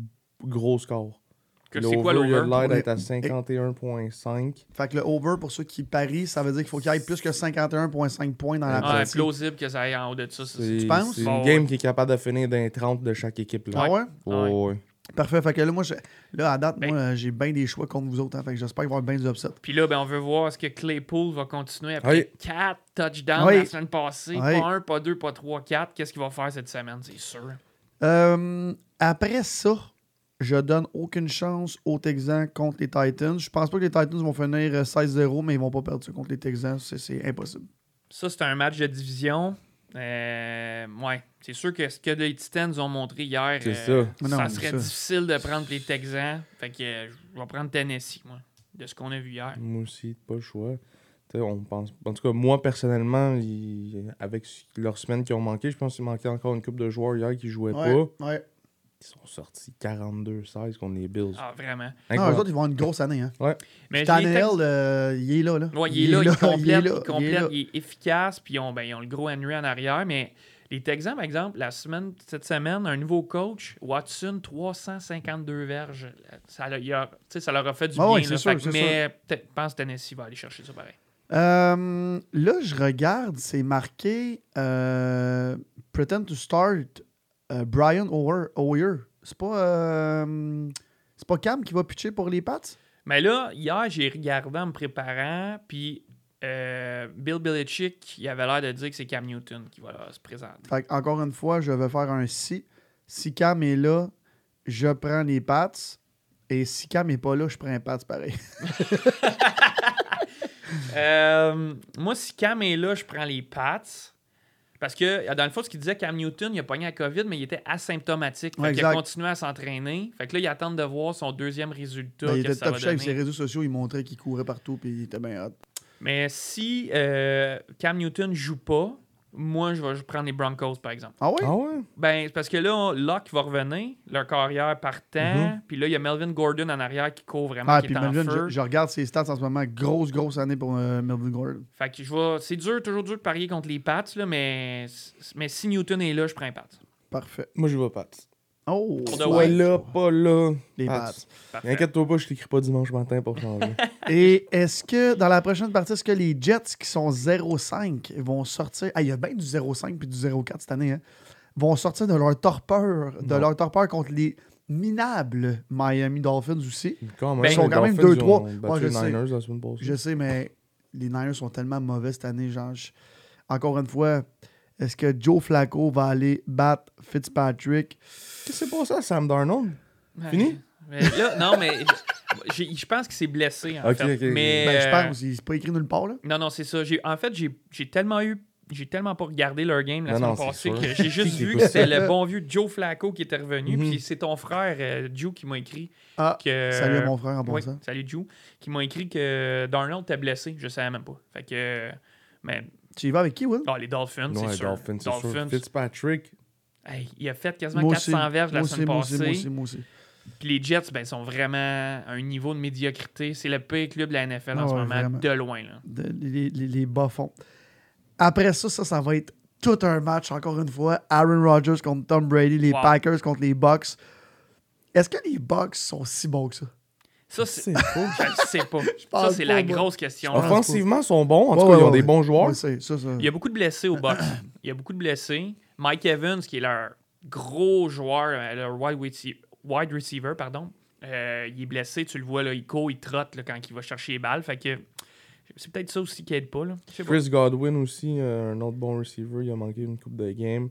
gros score. Que Le C'est quoi Il a l'over? l'air d'être à 51,5. Fait que le over, pour ceux qui parient, ça veut dire qu'il faut qu'il y ait plus que 51,5 points dans la Ouais, partie. Ah, plausible que ça aille en haut de ça. ça, C'est c'est- Tu penses? c'est une Bon, ouais. game qui est capable de finir d'un 30 de chaque équipe. Là. Ah ouais? Ouais. Ouais, ouais. Parfait. Fait que là, moi, je- là à date, Ben- moi, euh, j'ai bien des choix contre vous autres. hein. Fait que j'espère qu'il va y avoir bien des upsets. Puis là, ben, on veut voir est-ce que Claypool va continuer après Oui. 4 touchdowns Oui. la semaine passée. Oui. Pas 1, pas 2, pas 3, 4. Qu'est-ce qu'il va faire cette semaine? C'est sûr. Euh, après ça, Je donne aucune chance aux Texans contre les Titans. Je pense pas que les Titans vont finir euh, 16-0, mais ils vont pas perdre ça contre les Texans. C'est- C'est impossible. Ça, c'est un match de division. Euh, ouais. C'est sûr que ce que les Titans ont montré hier, C'est euh, ça. Mais ça non, serait ça. difficile de prendre les Texans. Fait que euh, je vais prendre Tennessee, moi, de ce qu'on a vu hier. Moi aussi, pas le choix. Tu sais, on pense... En tout cas, moi, personnellement, ils- avec leurs semaines qui ont manqué, je pense qu'il manquait encore une coupe de joueurs hier qui jouaient Ouais, pas. ouais. Ils sont sortis 42-16 contre les Bills. Ah, vraiment. Non, eux Incroyable. autres, ils vont avoir une grosse année. Hein. Mais j'ai les Tannehill, euh, il est là. là. Ouais, il est là, il complète, il, est là, complète, il est, là. efficace, puis ils ont, ben, ils ont le gros Henry en arrière, mais les Texans, par exemple, la semaine, cette semaine, un nouveau coach, Watson, 352 verges. Ça, leur- il a- tu sais, ça leur a fait du Ah bien. ouais, là, c'est sûr, fait que- c'est mais peut-être- je pense que Tennessee va aller chercher ça pareil. Euh, là, je regarde, c'est marqué euh, Pretend to Start euh, Brian Hoyer. Hoyer. C'est pas, euh, c'est pas Cam qui va pitcher pour les Pats? Mais là, hier, j'ai regardé en me préparant, puis euh, Bill Belichick, il avait l'air de dire que c'est Cam Newton qui va là, se présenter. Fait que, encore une fois, je vais faire un si. Si Cam est là, je prends les Pats. Et si Cam est pas là, je prends les Pats pareil. Euh, moi, si Cam est là, je prends les Pats. Parce que, euh, dans le fond, ce qu'il disait, Cam Newton, il a pogné la COVID, mais il était asymptomatique. Fait Ouais, qu'il a exact. continué à s'entraîner. Fait que là, il attend de voir son deuxième résultat. Ben, il qu'est-ce était que ça top va chef, ses donner. réseaux sociaux, il montrait qu'il courait partout, puis il était bien hot. Mais si euh, Cam Newton joue pas, moi, je vais prendre les Broncos, par exemple. Ah ouais? Ah ouais? Ben, c'est parce que là, on- Locke va revenir, leur carrière partant. Puis là, il y a Melvin Gordon en arrière qui court vraiment, Mhm. Ah, qui puis est en Melvin, feu. je, je regarde ses stats en ce moment. Grosse, grosse année pour euh, Melvin Gordon. Fait que je vais... C'est dur, toujours dur de parier contre les Pats, là, mais... mais si Newton est là, je prends les Pats. Parfait. Moi, je vais Pats. Oh! Pour de Soit Ah ouais. là, pas là. Les Pats. Pats. Parfait. Inquiète-toi pas, je t'écris pas dimanche matin pour changer. Et est-ce que dans la prochaine partie, est-ce que les Jets qui sont 0-5 vont sortir. Ah, il y a bien du 0-5 puis du 0-4 cette année, hein? Vont sortir de leur torpeur, de Non. leur torpeur contre les minables Miami Dolphins aussi. quand même, Ben, ils sont les quand même Dolphins, 2-3. ils ont Ouais, battu je les sais. Niners la semaine passée. Je sais, mais les Niners sont tellement mauvais cette année, genre. je- Encore une fois, est-ce que Joe Flacco va aller battre Fitzpatrick? Qu'est-ce qui s'est passé à Sam Darnold? Ouais. Fini? Mais là, non, mais j'ai- je pense qu'il s'est blessé, en Ok, fait. ok. Mais, Ben, je euh, pense, c'est pas écrit nulle part, là. Non, non, c'est ça. J'ai- En fait, j'ai j'ai tellement eu... J'ai tellement pas regardé leur game la Non, semaine non, c'est passée sûr. que j'ai juste Qui vu écoute que c'était ça? le bon vieux Joe Flacco qui était revenu. Mhm. Puis c'est ton frère, euh, Joe, qui m'a écrit Ah, que... Salut à mon frère en bon Euh, Oui, sens. salut Joe, qui m'a écrit que Darnold était blessé. Je savais même pas. Fait que... Mais Tu y vas avec qui, Will? ah, les Dolphins, Non, c'est les sûr. Dolphins, c'est sûr. Dolphins. Ah, Fitzpatrick, Hey, il a fait quasiment Moi aussi. 400 verges la Moi aussi, semaine moi passée. aussi, moi aussi, moi aussi. Puis les Jets, ben, sont vraiment à un niveau de médiocrité. C'est le pire club de la NFL Ah en ce ouais, moment, vraiment. de loin. Là. de- les, les- les bas fonds. Après ça, ça, ça va être tout un match, encore une fois. Aaron Rodgers contre Tom Brady, les Wow. Packers contre les Bucks. Est-ce que les Bucks sont si bons que ça? Ça, c'est. c'est faux. Je le sais pas. ça, pense c'est pas, la moi. grosse question. là. Offensivement, ils sont bons. En tout Ouais, cas, ils ouais, ont des ouais. bons joueurs. Ouais, c'est ça, ça. Il y a beaucoup de blessés au box. Il y a beaucoup de blessés. Mike Evans, qui est leur gros joueur, euh, leur wide, rece- wide receiver, pardon, euh, il est blessé. Tu le vois, là, il court, il trotte là, quand il va chercher les balles. Fait que c'est peut-être ça aussi qui aide pas. Là. Je sais pas. Chris Godwin aussi, euh, un autre bon receiver, il a manqué une coupe de game.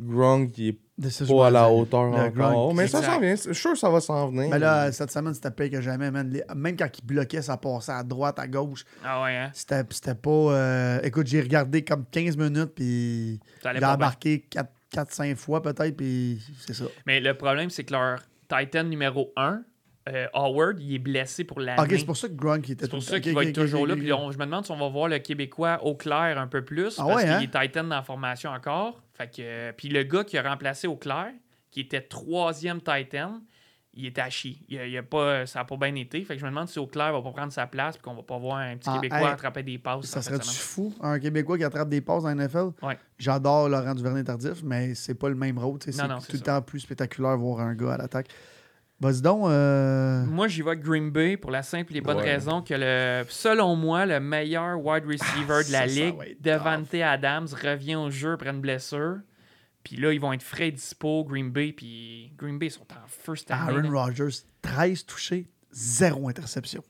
Gronk, il est De ce pas à la joueur-là. hauteur Le encore. Gronk, mais ça exact. s'en vient. Je suis sûr que ça va s'en venir. Mais là, cette semaine, c'était pire que jamais, man. Les- Même quand il bloquait, ça passait à droite, à gauche. Ah ouais, hein? C'était c'était pas. euh, Écoute, j'ai regardé comme 15 minutes, puis Ça allait il a pas bien. embarqué 4-5 fois peut-être, puis c'est ça. Mais le problème, c'est que leur Titan numéro 1, euh, Howard, il est blessé pour l'année. Ah, Ok, c'est pour ça que Gronk il était Ah, C'est tout pour le ça temps- qu'il ok, va ok, être ok, toujours là. ok, Puis ok. on- je me demande si on va voir le Québécois au clair un peu plus. Ah parce ouais, qu'il hein? est Titan dans la formation encore. Fait que, puis le gars qui a remplacé au clair, qui était troisième Titan, il est à chier. Il a- il a pas, ça n'a pas bien été. Fait que je me demande si au clair va pas prendre sa place et qu'on va pas voir un petit Ah, Québécois hey, attraper des passes. en Ça fin de serait-tu semaine. fou, un Québécois qui attrape des passes dans la NFL? Ouais. J'adore Laurent Duvernay-Tardif, mais c'est pas le même rôle. tu sais, Non, C'est non, tout c'est le ça. temps plus spectaculaire voir un gars à l'attaque. Vas-y donc, euh, Moi, j'y vais avec Green Bay pour la simple et bonne Ouais. raison que, le, selon moi, le meilleur wide receiver Ah, de ça, ça la va ligue, être Devante Adams, revient au jeu après une blessure. Puis là, ils vont être frais et dispo, Green Bay. Puis Green Bay sont en first Aaron année. Rodgers, 13 touchés, 0 interception.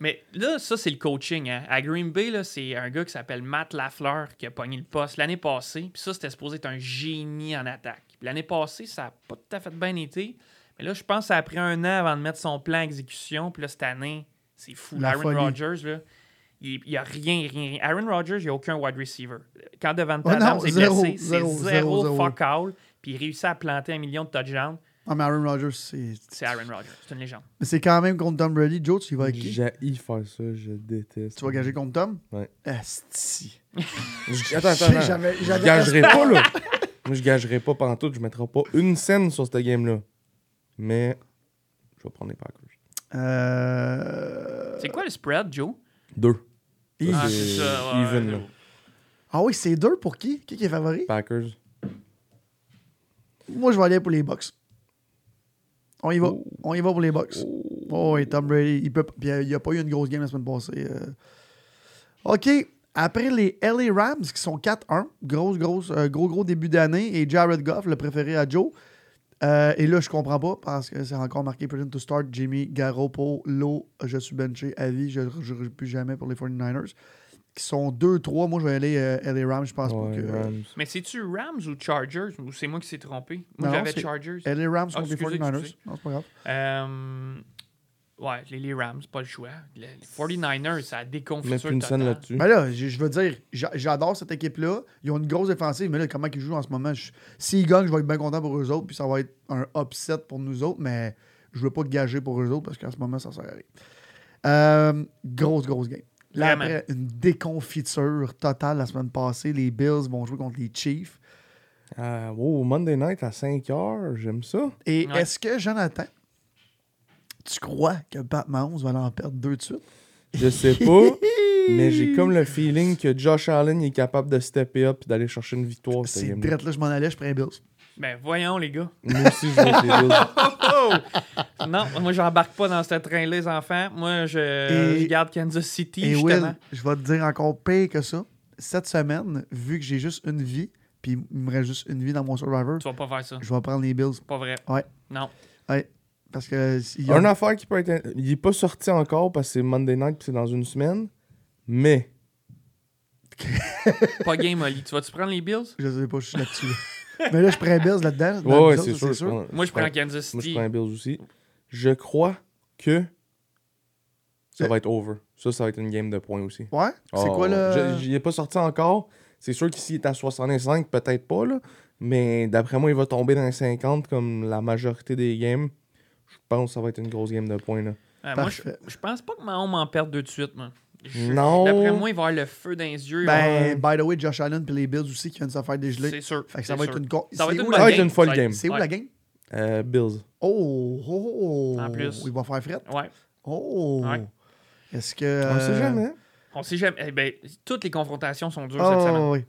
Mais là, ça, c'est le coaching. hein. À Green Bay, là, c'est un gars qui s'appelle Matt Lafleur qui a pogné le poste l'année passée. Puis ça, c'était supposé être un génie en attaque. Puis L'année passée, ça n'a pas tout à fait bien été. Mais là, je pense que ça a pris un an avant de mettre son plan à exécution. Puis là, cette année, c'est fou. La Aaron folie. Rodgers, là, il n'y a rien, rien, rien. Aaron Rodgers, il n'y a aucun wide receiver. Quand Devante Oh non, Adams est zéro, blessé, c'est zéro, zéro, zéro, zéro. fuck all. Puis il réussit à planter un million de touchdowns. Ah, mais Aaron Rodgers, c'est. C'est Aaron Rodgers. C'est une légende. Mais c'est quand même contre Tom Brady. Joe, tu y vas avec euh, qui J'ai faire ça, je déteste. Tu vas gager contre Tom Ouais. Asti. Je- Attends, attends, J'ai attends. jamais- Je j'avais- gagerai pas, là. Moi, je gagerai pas pantoute. Je mettrai pas une scène sur cette game-là. Mais je vais prendre les Packers. Euh... C'est quoi le spread, Joe? Deux. Eve. Ah, c'est c'est ça, ouais, even, zéro. là. Ah oui, c'est deux pour qui Qui qui est favori Packers. Moi, je vais aller pour les Bucks. On y va. Oh. On y va pour les Bucks. Oh, et Tom Brady, il peut. Puis euh, il n'y a pas eu une grosse game la semaine passée. euh. OK. Après les LA Rams qui sont 4-1, grosse, grosse, euh, gros, gros début d'année, et Jared Goff, le préféré à Joe. Euh, et là, je comprends pas parce que c'est encore marqué Present to Start, Jimmy Garoppolo. Je suis benché à vie, je ne jouerai plus jamais pour les 49ers. Qui sont 2-3. Moi, je vais aller euh, LA Rams, je pense pas Ouais, que. Rams. Mais c'est-tu Rams ou Chargers? Ou c'est moi qui s'est trompé? Non, Moi, j'avais c'est- Chargers. LA Rams Ah, contre les excusez, 49ers. excusez. Non, c'est pas grave. Euh, ouais, les, les Rams, pas le choix. Les, les 49ers, ça a Mets déconfiture plus une scène totale. là-dessus. Ben là, je, je veux dire, j'a- j'adore cette équipe-là. Ils ont une grosse défensive, mais là, comment ils jouent en ce moment, je- s'ils gagnent, je vais être bien content pour eux autres, puis ça va être un upset pour nous autres, mais je veux pas gager pour eux autres parce qu'en ce moment, ça sert à rien. Euh, grosse, grosse game. Là, Vraiment. après, une déconfiture totale la semaine passée, les Bills vont jouer contre les Chiefs. Ah, wow, Monday night à 5h, j'aime ça. Et Ouais. est-ce que, Jonathan, tu crois que Pat Mahomes va en perdre deux de suite? Je sais pas, mais j'ai comme le feeling que Josh Allen il est capable de stepper up et d'aller chercher une victoire. cette C'est game-là. drette là, je m'en allais, je prends les Bills. Ben voyons, les gars. Oh! Moi aussi, je vais avec les Bills. non, moi, j'embarque pas dans ce train-là, les enfants. Moi, je, Et- je garde Kansas City, Et justement. Will, je vais te dire encore pire que ça. Cette semaine, vu que j'ai juste une vie, puis il me reste juste une vie dans mon Survivor, Tu vas pas faire ça. je vais prendre les Bills. Pas vrai. Ouais. Non. Ouais. Parce que. il y a- Un affaire qui peut être. Il est pas sorti encore parce que c'est Monday night et c'est dans une semaine. Mais Pas game, Oli. Tu vas-tu prendre les Bills? Je sais pas, je suis là-dessus. Mais là, je prends les Bills là-dedans. dans Ouais, ouais, les autres, c'est sûr. je prends- Moi, je prends Moi, Kansas je City. prends les Bills aussi. Je crois que ça Le- va être over. Ça, ça va être une game de points aussi. Ouais? C'est Oh, quoi ouais. le. Je- Il est pas sorti encore. C'est sûr qu'ici, il est à 65, peut-être pas, là. Mais d'après moi, il va tomber dans les 50 comme la majorité des games. Je pense que ça va être une grosse game de points, là. Euh, moi, je, Parfait. je pense pas que Mahomes en perde deux de suite, moi. Je- Non. D'après moi, il va avoir le feu dans les yeux. Ben, by the way, Josh Allen puis les Bills aussi qui viennent de se faire dégeler. c'est sûr. Fait que ça c'est va sûr. être une. con- Ça va C'est être où une la- Ça va bonne être une folle game. C'est où Ouais. la game? Euh, Bills. Oh, oh, oh. En plus. Il va faire fret. Ouais. Oh. Ouais. Est-ce que. On sait euh, jamais. On sait jamais. Eh ben, toutes les confrontations sont dures cette semaine. Oh, oui.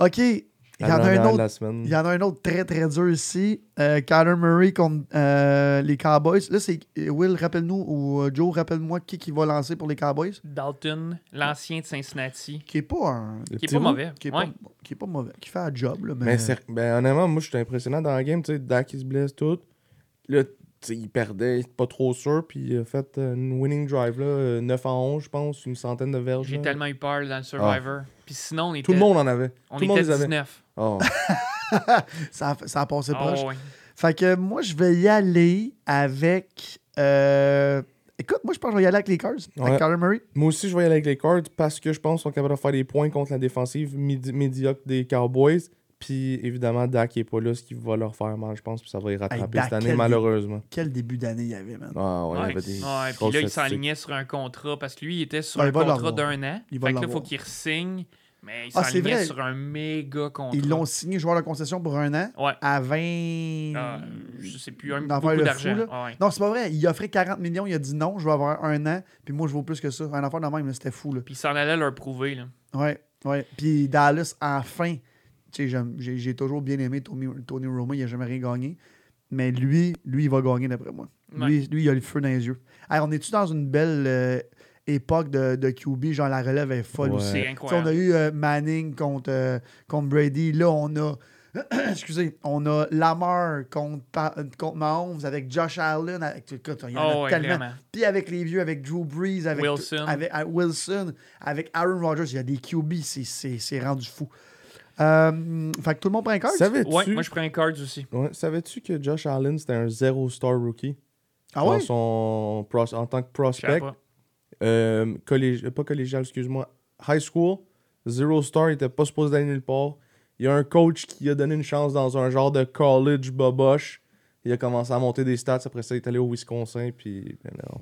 OK. Il y en La a un dernière de autre. la semaine. Il y en a un autre très très dur ici. Euh, Kyler Murray contre euh, les Cowboys. Là, c'est euh, Will, rappelle-nous, ou euh, Joe, rappelle-moi qui, qui va lancer pour les Cowboys. Dalton, l'ancien de Cincinnati, Qui est pas un. Le qui est petit pas roux. mauvais. Qui est, Ouais. pas, qui est pas mauvais. Qui fait un job. Là, mais Mais c'est- ben, honnêtement, moi, je suis impressionnant dans la game. Tu sais, Dak, il se blesse tout. Là, tu sais, il perdait, il était pas trop sûr. Puis il a fait une winning drive, là, euh, 9 à 11, je pense, une centaine de verges. J'ai là. tellement eu peur dans le Survivor. Ah. Puis sinon, on était, Tout le monde en avait. on Tout le monde était les avait. 19. Oh. ça, a, ça a passé Oh, proche. ouais. Fait que moi, je vais y aller avec. euh, Écoute, moi, je pense que je vais y aller avec les Cards. Ouais. Avec Kyler Murray. Moi aussi, je vais y aller avec les Cards parce que je pense qu'ils sont capables de faire des points contre la défensive midi- médiocre des Cowboys. Puis évidemment, Dak n'est pas là, ce qui va leur faire mal, je pense. Puis ça va les rattraper Dak, cette année, quel- malheureusement. Quel début d'année il y avait, man. Ah ouais, il y Ouais. avait des Ouais, puis grosses là, il statistiques. s'enlignait sur un contrat parce que lui, il était sur Ben, il un va contrat l'avoir. d'un an. Il va fait que là, il faut l'avoir. qu'il re-signe. Mais il Ah, c'est vrai. s'enlignait sur un méga contrat. Ils l'ont signé joueur de concession pour un an Ouais. à 20. Ah, je sais plus, un D'en faire beaucoup le d'argent. fou, Ouais. Non, c'est pas vrai. Il offrait 40 millions, il a dit non, je vais avoir un an, puis moi je vaux plus que ça. Un affaire de même, là, c'était fou. Là. Puis il s'en allait leur prouver. Là. Ouais, ouais. Puis Dallas, enfin, tu sais, j'aime- j'ai j'ai toujours bien aimé Tony, Tony Romo, il a jamais rien gagné. Mais lui, lui, il va gagner d'après moi. Ouais. Lui, lui, il a le feu dans les yeux. Hey, on est-tu dans une belle euh, époque de, de QB? Genre, la relève est folle Ouais. aussi. C'est Tu sais, on incroyable. a eu euh, Manning contre, euh, contre Brady. Là, on a. excusez, on a Lamar contre, Pa- euh, contre Mahomes avec Josh Allen. Avec, écoute, il y en Oh, a ouais, tellement. vraiment. Puis avec les vieux, avec Drew Brees, avec Wilson. avec, à Wilson, avec Aaron Rodgers, il y a des QB, c'est- c'est c'est rendu fou. Euh, fait que tout le monde prend un card. Savais-tu Ouais, moi je prends un card aussi. Ouais, savais-tu que Josh Allen, c'était un zéro star rookie Ah ouais? dans son pros- en tant que Je savais prospect? pas. Euh, collég- euh, pas collégial, excuse-moi, high school, zero star, il était pas supposé d'aller nulle part. Il y a un coach qui a donné une chance dans un genre de college boboche. Il a commencé à monter des stats, après ça, il est allé au Wisconsin, puis ben non,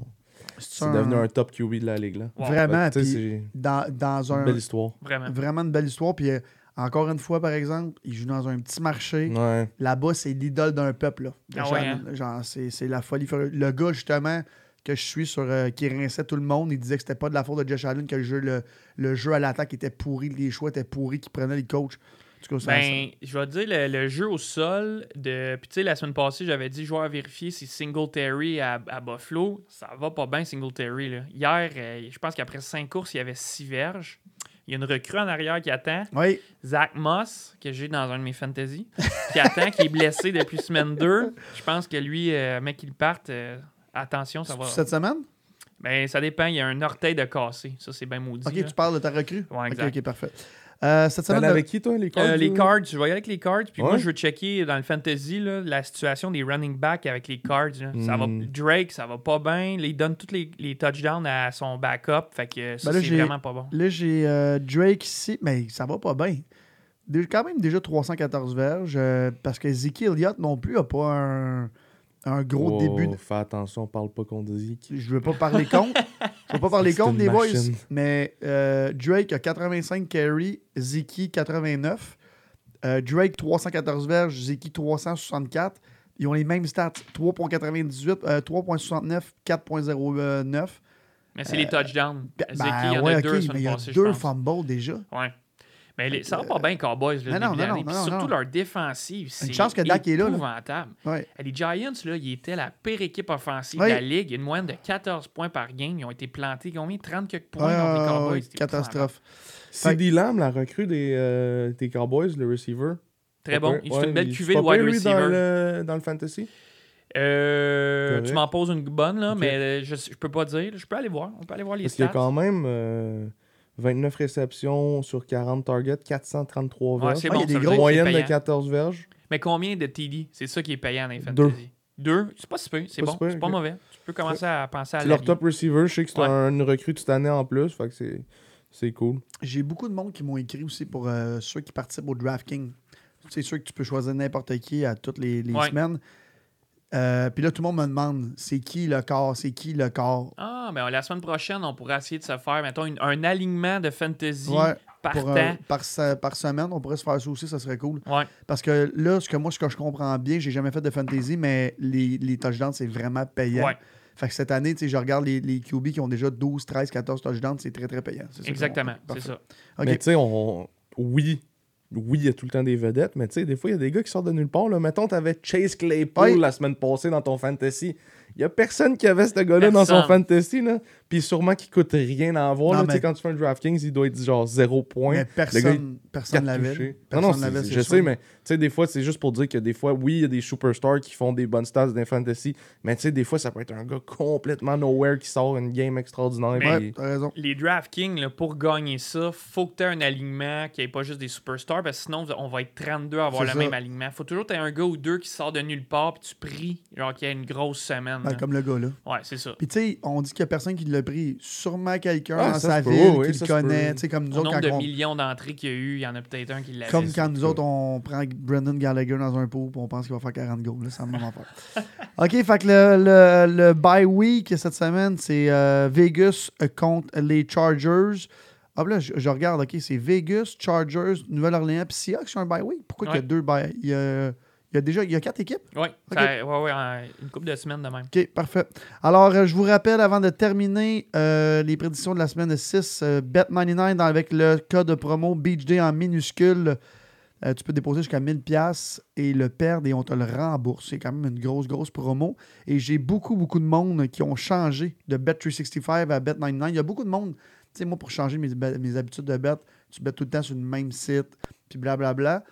c'est un- devenu un top QB de la ligue. Là. Wow. Fait que, Vraiment, ben, tu sais, puis c'est dans, dans une un. belle histoire. Vraiment. Vraiment une belle histoire. Puis euh, encore une fois, par exemple, il joue dans un petit marché. Ouais. Là-bas, c'est l'idole d'un peuple. Là, de Ah Shannon, ouais, hein? là. Genre, c'est, c'est la folie. furieuse. Le gars, justement, que je suis sur euh, qui rinçait tout le monde, il disait que c'était pas de la faute de Josh Allen que le jeu, le, le jeu à l'attaque était pourri, les choix étaient pourris, qu'il prenait les coachs. En tout cas, ça- ça- Ben, je vais te dire, le, le jeu au sol, de... puis tu sais, la semaine passée, j'avais dit, joueur vérifié, c'est Singletary à, à Buffalo. Ça va pas bien, Singletary. Là. Hier, euh, je pense qu'après cinq courses, il y avait six verges. Il y a une recrue en arrière qui attend. Oui, Zach Moss, que j'ai dans un de mes fantasy, qui attend, qui est blessé depuis semaine 2. Je pense que lui, euh, mec, il parte. euh, attention, ça va. cette semaine? Ben, ça dépend. Il y a un orteil de cassé. Ça, c'est bien maudit. Ok, là. tu parles de ta recrue? Ouais, ok, exact. ok, parfait. Euh, cette T'en semaine, avec qui, toi, les cards? Oh, Euh, les là? cards, je vais y aller avec les cards. Puis moi, Ouais. je veux checker dans le fantasy là, la situation des running backs avec les cards. là. Ça va, Hmm. Mm. Drake, ça va pas bien. Il donne tous les, les touchdowns à son backup. Fait que ça, Ben là, c'est j'ai- vraiment pas bon. Là, j'ai euh, Drake ici, mais ça va pas bien. Dé- Quand même déjà 314 verges, euh, parce que Ziki Elliott non plus a pas un, un gros Oh, début. de- Fais attention, on parle pas contre Zeke. Je veux pas parler contre. Je veux pas parler C'est une contre des machine. boys. Mais euh, Drake a 85 carry, Ziki 89. Euh, Drake 314 verges, Ziki 364. Ils ont les mêmes stats 3.98, euh, 3.69, 4.09. Mais c'est les touchdowns. Ben, Zeke, il y en ouais, a ok, deux la semaine mais il y a passée, je deux pense. fumbles déjà. Ouais. Mais les- ça va pas bien, Cowboys, non, là, début non, de l'année. non, Puis non, surtout non. leur défensive. C'est chance que Dak est là, là. épouvantable. Ouais. Les Giants, là, ils étaient la pire équipe offensive Oui. de la Ligue. Une moyenne de 14 points par game. Ils ont été plantés combien 30 quelques points Ouais, contre les ouais, Cowboys. ouais, C'était épouvantable. Ah, catastrophe. CD Lamb, la recrue des, euh, des Cowboys, le receiver. Très bon. Ouais, Il fait une belle il- cuvée de c'est pas wide pire, lui, receiver. Dans le, dans le fantasy. Euh, Correct. tu m'en poses une bonne, là, Ok. mais euh, je, je peux pas dire. Je peux aller voir. On peut aller voir les Parce qu'il y stats. a quand même euh, 29 réceptions sur 40 targets, 433 Ouais, verges. c'est Ah, il y bon, a des ça veut gros- dire que c'est Moyenne de payant. 14 verges. Mais combien de TD C'est ça qui est payant dans les Deux. fantasy. Deux. C'est pas si peu. C'est Pas bon. si peu, C'est pas ok. mauvais. Tu peux commencer à penser à C'est la leur top receiver. Je sais que c'est Ouais. un- une recrue toute année en plus. Fait que c'est- c'est cool. J'ai beaucoup de monde qui m'ont écrit aussi pour euh, ceux qui participent au DraftKings. C'est sûr que tu peux choisir n'importe qui à toutes les, les Ouais. semaines. Euh, Puis là, tout le monde me demande c'est qui le corps, c'est qui le corps. Ah, mais la semaine prochaine, on pourrait essayer de se faire, mettons, une- un alignement de fantasy Ouais, partant. Pour, euh, par, se- par semaine, on pourrait se faire ça aussi, ça serait cool. Ouais. Parce que là, ce que moi, ce que je comprends bien, j'ai jamais fait de fantasy, mais les, les touchdowns, c'est vraiment payant. Ouais. Fait que cette année, tu sais, je regarde les, les QB qui ont déjà 12, 13, 14 touchdowns, c'est très, très payant. C'est ça que je Exactement, comprends. c'est ça. Ok. Mais tu sais, on... oui, oui, il y a tout le temps des vedettes. Mais tu sais, des fois, il y a des gars qui sortent de nulle part. Là. Mettons, t'avais Chase Claypool Ouais. la semaine passée dans ton fantasy. Il y a personne qui avait ce gars-là dans son Personne. fantasy. Là. Puis sûrement qu'il coûte rien à avoir. Non, là. Tu sais, mais- Quand tu fais un DraftKings, il doit être genre 0 points. Mais Le gars, il- personne personne Quatre l'avait. touchés. Non, non, Personne c'est- l'avait, c'est je sûr. sais, mais tu sais, des fois, c'est juste pour dire que des fois, oui, il y a des superstars qui font des bonnes stats dans fantasy, mais tu sais, des fois, ça peut être un gars complètement nowhere qui sort une game extraordinaire. Mais- puis- Ouais, t'as raison. Les DraftKings, là, pour gagner ça, faut que tu aies un alignement qui ait pas juste des superstars, parce que sinon, on va être 32 à avoir C'est le ça. même alignement. faut toujours que tu un gars ou deux qui sort de nulle part, puis tu pries, genre qu'il y a une grosse semaine. Ben, là. comme le gars, là. Ouais, c'est ça. Puis, tu sais, on dit qu'il n'y a personne qui l'a pris. Sûrement quelqu'un Ah, dans ça sa se peut, ville oui, qui le ça se connaît. peut. Tu sais, comme nous Au autres, nombre de quand on- millions d'entrées qu'il y a eu, il y en a peut-être un qui l'avait. comme c'est quand nous sûr. autres, on prend Brendan Gallagher dans un pot et on pense qu'il va faire 40 goals. Là, ça me m'en OK, fait que le, le, le bye week cette semaine, c'est euh, Vegas contre les Chargers. Hop là, je, je regarde, OK, c'est Vegas, Chargers, Nouvelle-Orléans, puis Seahawks sur un bye week. Pourquoi il y a Ouais. deux bye? Il y a, il y a déjà il y a quatre équipes? Ouais, ça- ouais, ouais, en- une couple de semaines de même. OK, parfait. Alors, euh, je vous rappelle, avant de terminer, euh, les prédictions de la semaine 6, euh, Bet99 dans- avec le code promo Beach Day en minuscule. Euh, tu peux déposer jusqu'à 1000$ piastres et le perdre et on te le rembourse. C'est quand même une grosse, grosse promo. Et j'ai beaucoup, beaucoup de monde qui ont changé de Bet365 à Bet99. Il y a beaucoup de monde, tu sais, moi, pour changer mes, bet- mes habitudes de bet, tu bets tout le temps sur le même site, puis blablabla.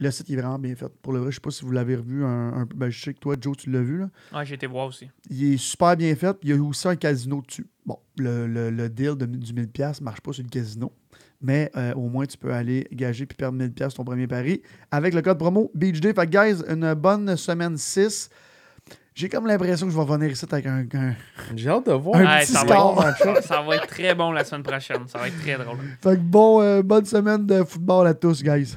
Le site il est vraiment bien fait. Pour le vrai, je sais pas si vous l'avez revu. Un, un- ben, je sais que toi, Joe, tu l'as vu. Là. Ouais, j'ai été voir aussi. Il est super bien fait. puis Il y a aussi un casino dessus. Bon, le, le- le deal de, du 1000$ marche pas sur le casino. Mais euh, au moins, tu peux aller gager puis perdre 1000$ ton premier pari avec le code promo Beach Day. Fait que, guys, une bonne semaine 6. J'ai comme l'impression que je vais revenir ici avec un. un- J'ai hâte de voir. Un Ouais, petit ça, score. va être, ça va être très bon la semaine prochaine. Ça va être très drôle. Fait que bon, euh, bonne semaine de football à tous, guys.